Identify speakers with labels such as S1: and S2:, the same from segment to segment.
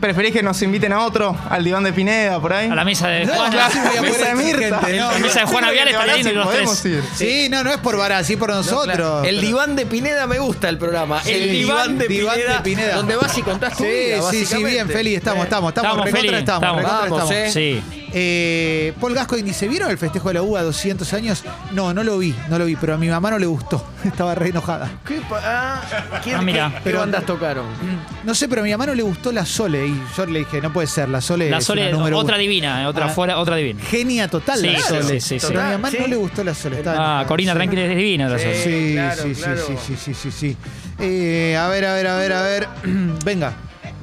S1: ¿Preferís que nos inviten a otro? ¿Al diván de Pineda, por ahí?
S2: A la mesa de
S1: No,
S2: Juana.
S1: claro, sí, voy a
S2: Mesa
S1: poner
S2: de Mirta.
S1: exigente, no.
S2: La mesa de Juana Vial está
S1: Ahora sí
S2: leyendo los
S1: podemos
S2: tres.
S1: ir.
S3: Sí, no, no es por Barassi, es por nosotros.
S4: claro. El
S3: Pero-
S4: diván de Pineda me gusta el programa.
S3: Sí.
S4: el diván, de,
S3: Diván de
S4: Pineda,
S3: Pineda.
S4: Donde vas y contás tu
S3: Sí,
S4: vida,
S3: sí, sí,
S4: básicamente.
S3: bien, Feli, estamos,
S4: Eh.
S3: estamos, estamos,
S2: Estamos,
S3: recontra
S2: Feli,
S3: estamos,
S2: estamos.
S3: recontra
S4: Vamos,
S3: estamos.
S2: Sí.
S3: Eh, Paul Gascoigne dice, ¿vieron el festejo de la UBA 200 años? No, no lo vi, no lo vi, pero a mi mamá no le gustó, estaba re enojada.
S4: ¿Qué, pa- ah, ¿quién-
S2: Ah, mirá.
S4: qué- qué
S3: Pero-
S4: bandas tocaron?
S3: No sé, pero a mi mamá no le gustó la Sole y yo le dije, no puede ser, la Sole
S2: La
S3: es
S2: Sole,
S3: una número
S2: otra
S3: uno".
S2: divina, eh, otra
S3: Ah.
S2: fuera, otra divina.
S3: Genia total
S2: Sí,
S3: la
S2: claro,
S3: Sole.
S2: sí, sí, sí.
S3: Pero a mi mamá
S4: Sí.
S3: no le gustó la Sole. estaba
S2: Ah,
S3: enojada.
S2: Corina,
S3: Sí.
S2: tranquila, es divina la
S4: Sí.
S2: Sole.
S3: Sí,
S4: claro,
S3: sí, sí,
S4: claro.
S3: sí, sí, sí, sí, sí. Eh, a ver, a ver, a ver, a ver. Venga.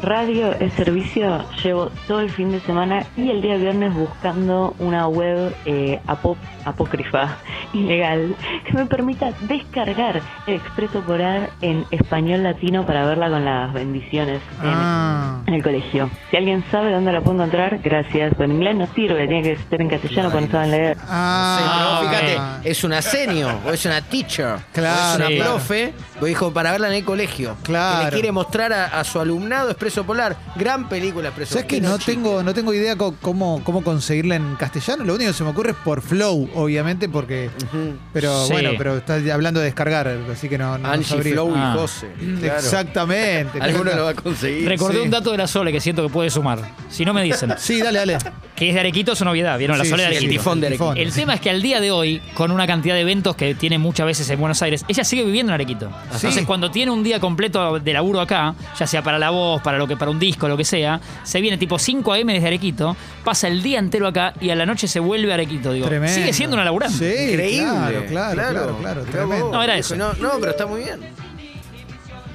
S5: Radio es servicio. Llevo todo el fin de semana y el día viernes buscando una web eh, apó- apócrifa, ilegal, que me permita descargar el expreso polar en español latino para verla con las bendiciones en,
S3: Ah.
S5: en el colegio. Si alguien sabe dónde la puedo encontrar, gracias. Pero en inglés no sirve, tiene que ser en castellano porque no saben leer.
S3: Ah,
S4: Sí, pero fíjate,
S3: ah.
S4: es una senio, o es una teacher,
S3: Claro,
S4: o es una
S3: sí.
S4: profe, lo dijo para verla en el colegio.
S3: Claro.
S4: Que le quiere mostrar a, a su alumnado Expreso Polar. Gran película Expreso
S3: ¿Sabes que
S4: Polar.
S3: no tengo, no tengo idea co- cómo, cómo conseguirla en castellano? Lo único que se me ocurre es por flow, obviamente, porque.
S4: Ujú.
S3: Pero
S2: Sí.
S3: bueno, pero estás hablando de descargar, así que no, no, no
S4: Angie
S3: sabría.
S4: Flow
S2: Ah.
S4: y Jose.
S3: Exactamente.
S4: Alguno
S3: Pero-
S4: lo va a conseguir.
S2: Recordé
S3: Sí.
S2: un dato de la Sole que siento que puede sumar. Si no me dicen.
S3: Sí, dale, dale.
S2: que es de Arequito, es una obviedad. Vieron la
S3: Sí,
S2: Sole
S3: sí,
S2: de
S4: el
S2: Arequito.
S4: tifón de Arequito.
S2: El tema es que al día de hoy, con una cantidad de eventos que tiene muchas veces en Buenos Aires, ella sigue viviendo en Arequito.
S3: Sí.
S2: Entonces, cuando tiene un día completo de laburo acá, ya sea para la voz, para lo que para un disco, lo que sea, se viene tipo 5 a.m. desde Arequito, pasa el día entero acá y a la noche se vuelve a Arequito. Digo,
S3: Tremendo.
S2: sigue siendo una laburante.
S3: Sí,
S4: Increíble.
S3: Claro, claro, claro, claro,
S4: Mirá
S3: tremendo.
S4: vos,
S2: No, era
S4: viejo,
S2: eso.
S4: No, no, pero está muy bien.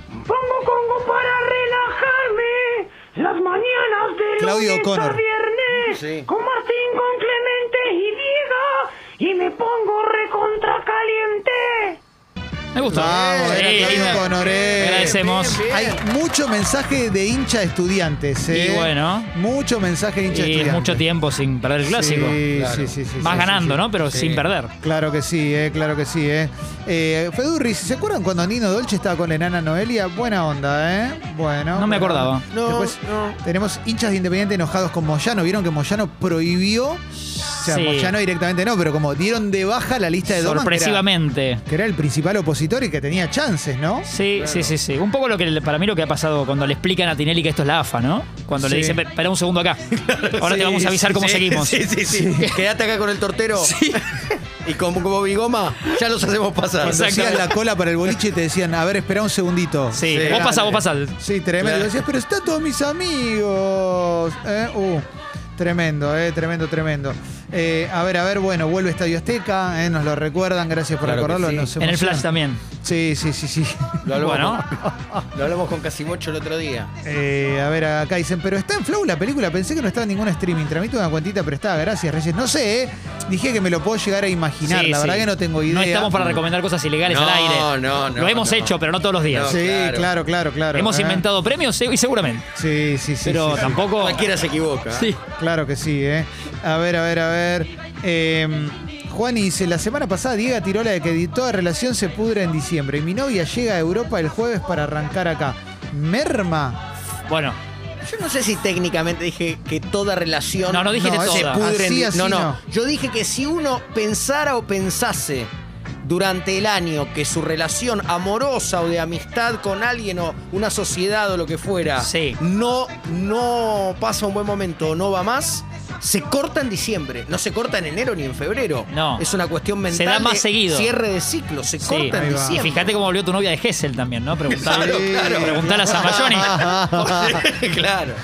S6: Pongo Congo para relajarme. Las mañanas de
S3: Claudio
S6: lunes a
S3: O'Connor.
S6: viernes.
S4: Sí.
S6: Con Martín, con Clemente y Diego. Y me pongo recontra caliente.
S2: Me gustó.
S3: Vamos, era
S2: Sí,
S3: Claudio
S2: linda.
S3: O'Connor, eh.
S2: Agradecemos.
S4: Bien,
S3: Hay mucho mensaje de hincha de estudiantes. ¿eh?
S2: Y bueno.
S3: Mucho mensaje de hincha de
S2: Y
S3: estudiantes.
S2: mucho tiempo sin perder el clásico.
S3: Sí, sí, sí, sí,
S2: Más
S3: sí,
S2: ganando,
S3: sí, sí.
S2: ¿no? Pero sin perder.
S3: Claro que sí, eh, claro que sí. Eh. Eh, Fedurri, ¿se acuerdan cuando Nino Dolce estaba con la enana Noelia? Buena onda, ¿eh? Bueno.
S2: No me
S3: buena
S2: acordaba.
S3: onda.
S4: No,
S3: Después
S4: no.
S3: tenemos hinchas de Independiente enojados con Moyano. ¿Vieron que Moyano prohibió? O sea,
S2: Sí.
S3: Moyano directamente no, pero como dieron de baja la lista de Doman, que era-
S2: Sorpresivamente.
S3: que era el principal opositor y que tenía chances, ¿no?
S2: Sí, sí, sí, sí. Un poco lo que le- para mí lo que ha pasado cuando le explican a Tinelli que esto es la AFA, ¿no? Cuando le
S3: Sí.
S2: dicen, espera un segundo acá. Ahora
S4: Sí,
S2: te vamos a avisar
S4: sí,
S2: cómo
S4: sí,
S2: seguimos.
S4: Sí, sí, sí. Quedate acá con el tortero. Y como, como bigoma, ya los hacemos pasar.
S3: Cuando hacías la
S2: Exactamente.
S3: cola para el boliche y te decían, a ver, espera un segundito.
S2: Sí,
S4: Sí,
S2: vos
S4: dale.
S2: pasás, vos pasás.
S3: Sí, tremendo.
S4: Claro.
S3: Decías, pero están todos mis amigos. Eh, uh, tremendo, eh, tremendo, tremendo. Eh, a ver, a ver, bueno, vuelve Estadio Azteca, eh, nos lo recuerdan, gracias por
S4: Claro que
S3: recordarlo.
S4: sí.
S3: nos
S2: En el
S3: emociona.
S2: flash también.
S3: Sí, sí, sí, sí.
S4: Lo hablamos,
S2: Bueno.
S4: con, lo hablamos con Casimocho el otro día.
S3: Eh, a ver, acá dicen, pero está en Flow la película, pensé que no estaba en ningún streaming, tramito una cuentita, pero estaba, gracias, Reyes. No sé, eh, dije que me lo puedo llegar a imaginar,
S2: Sí,
S3: la
S2: sí.
S3: verdad que no tengo idea.
S2: No estamos para recomendar cosas ilegales
S4: Mm. No,
S2: al aire.
S4: no, no,
S2: Lo hemos
S4: no.
S2: hecho, pero no todos los días.
S4: No,
S3: Sí,
S4: Claro.
S3: claro, claro, claro.
S2: hemos
S3: eh.
S2: inventado premios, sí, y seguramente.
S3: Sí, sí, sí.
S2: pero
S3: sí, sí.
S2: tampoco.
S4: Cualquiera se equivoca.
S2: Oh. Sí.
S3: Claro que sí, ¿eh? A ver, a ver, a ver. Eh, Juan dice, la semana pasada Diego tiró la de que toda relación se pudre en diciembre y mi novia llega a Europa el jueves para arrancar acá. Merma.
S2: Bueno,
S4: Yo no sé si técnicamente dije que toda relación
S2: No, no dijiste
S4: se
S2: toda.
S4: pudre en-
S3: Así, así
S4: no, no,
S3: no.
S4: Yo dije que si uno pensara o pensase durante el año que su relación amorosa o de amistad con alguien o una sociedad o lo que fuera
S2: Sí.
S4: no, no pasa un buen momento o no va más, se corta en diciembre. No se corta en enero ni en febrero.
S2: No.
S4: Es una cuestión mental.
S2: Se da más
S4: de
S2: seguido.
S4: Cierre de ciclo. Se
S2: Sí.
S4: corta
S3: Ahí
S4: en
S3: va.
S2: y
S4: diciembre.
S2: fíjate cómo volvió tu novia de Gessel también, ¿no? Preguntale,
S4: Claro, claro.
S2: preguntale a Zamballoni.
S4: claro.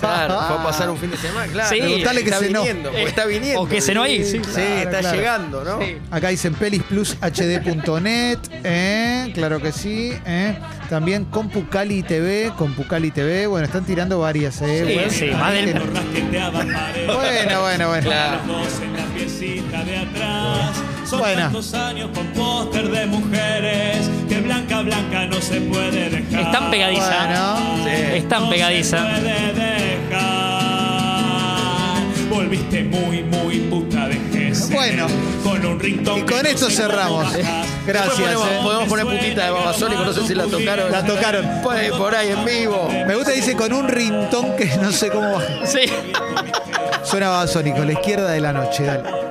S4: Claro, fue a pasar un fin de semana, claro.
S2: Sí. Preguntale
S3: que
S4: está
S3: cenó.
S4: viniendo, porque
S2: Eh,
S4: está viniendo.
S2: o que cenó ahí, sí,
S4: Sí,
S3: claro,
S4: está
S3: claro.
S4: llegando, ¿no?
S3: Acá dicen pelisplushd.net, ¿eh? Claro que sí, ¿eh? También Compucali TV, Compucali TV. Bueno, están tirando varias, ¿eh?
S2: Sí,
S3: Bueno,
S2: sí,
S3: ahí
S2: más del-
S3: tenés. Bueno, bueno, bueno.
S4: Claro.
S7: en la piecita de atrás. Son
S3: Buena.
S7: tantos años con póster de mujeres que blanca, blanca no se puede dejar.
S2: Es tan pegadiza. Es tan pegadiza.
S7: Volviste muy, muy puta de
S3: Bueno.
S7: Con un ringtone.
S3: Y con esto cerramos. Gracias.
S4: Podemos,
S3: eh.
S4: podemos poner putita de Babasónico, no sé si la tocaron.
S3: La tocaron.
S4: Por ahí, por ahí en vivo.
S3: Me gusta, dice, con un rintón que no sé cómo baja.
S2: Sí.
S3: Suena babasónico, la izquierda de la noche, dale.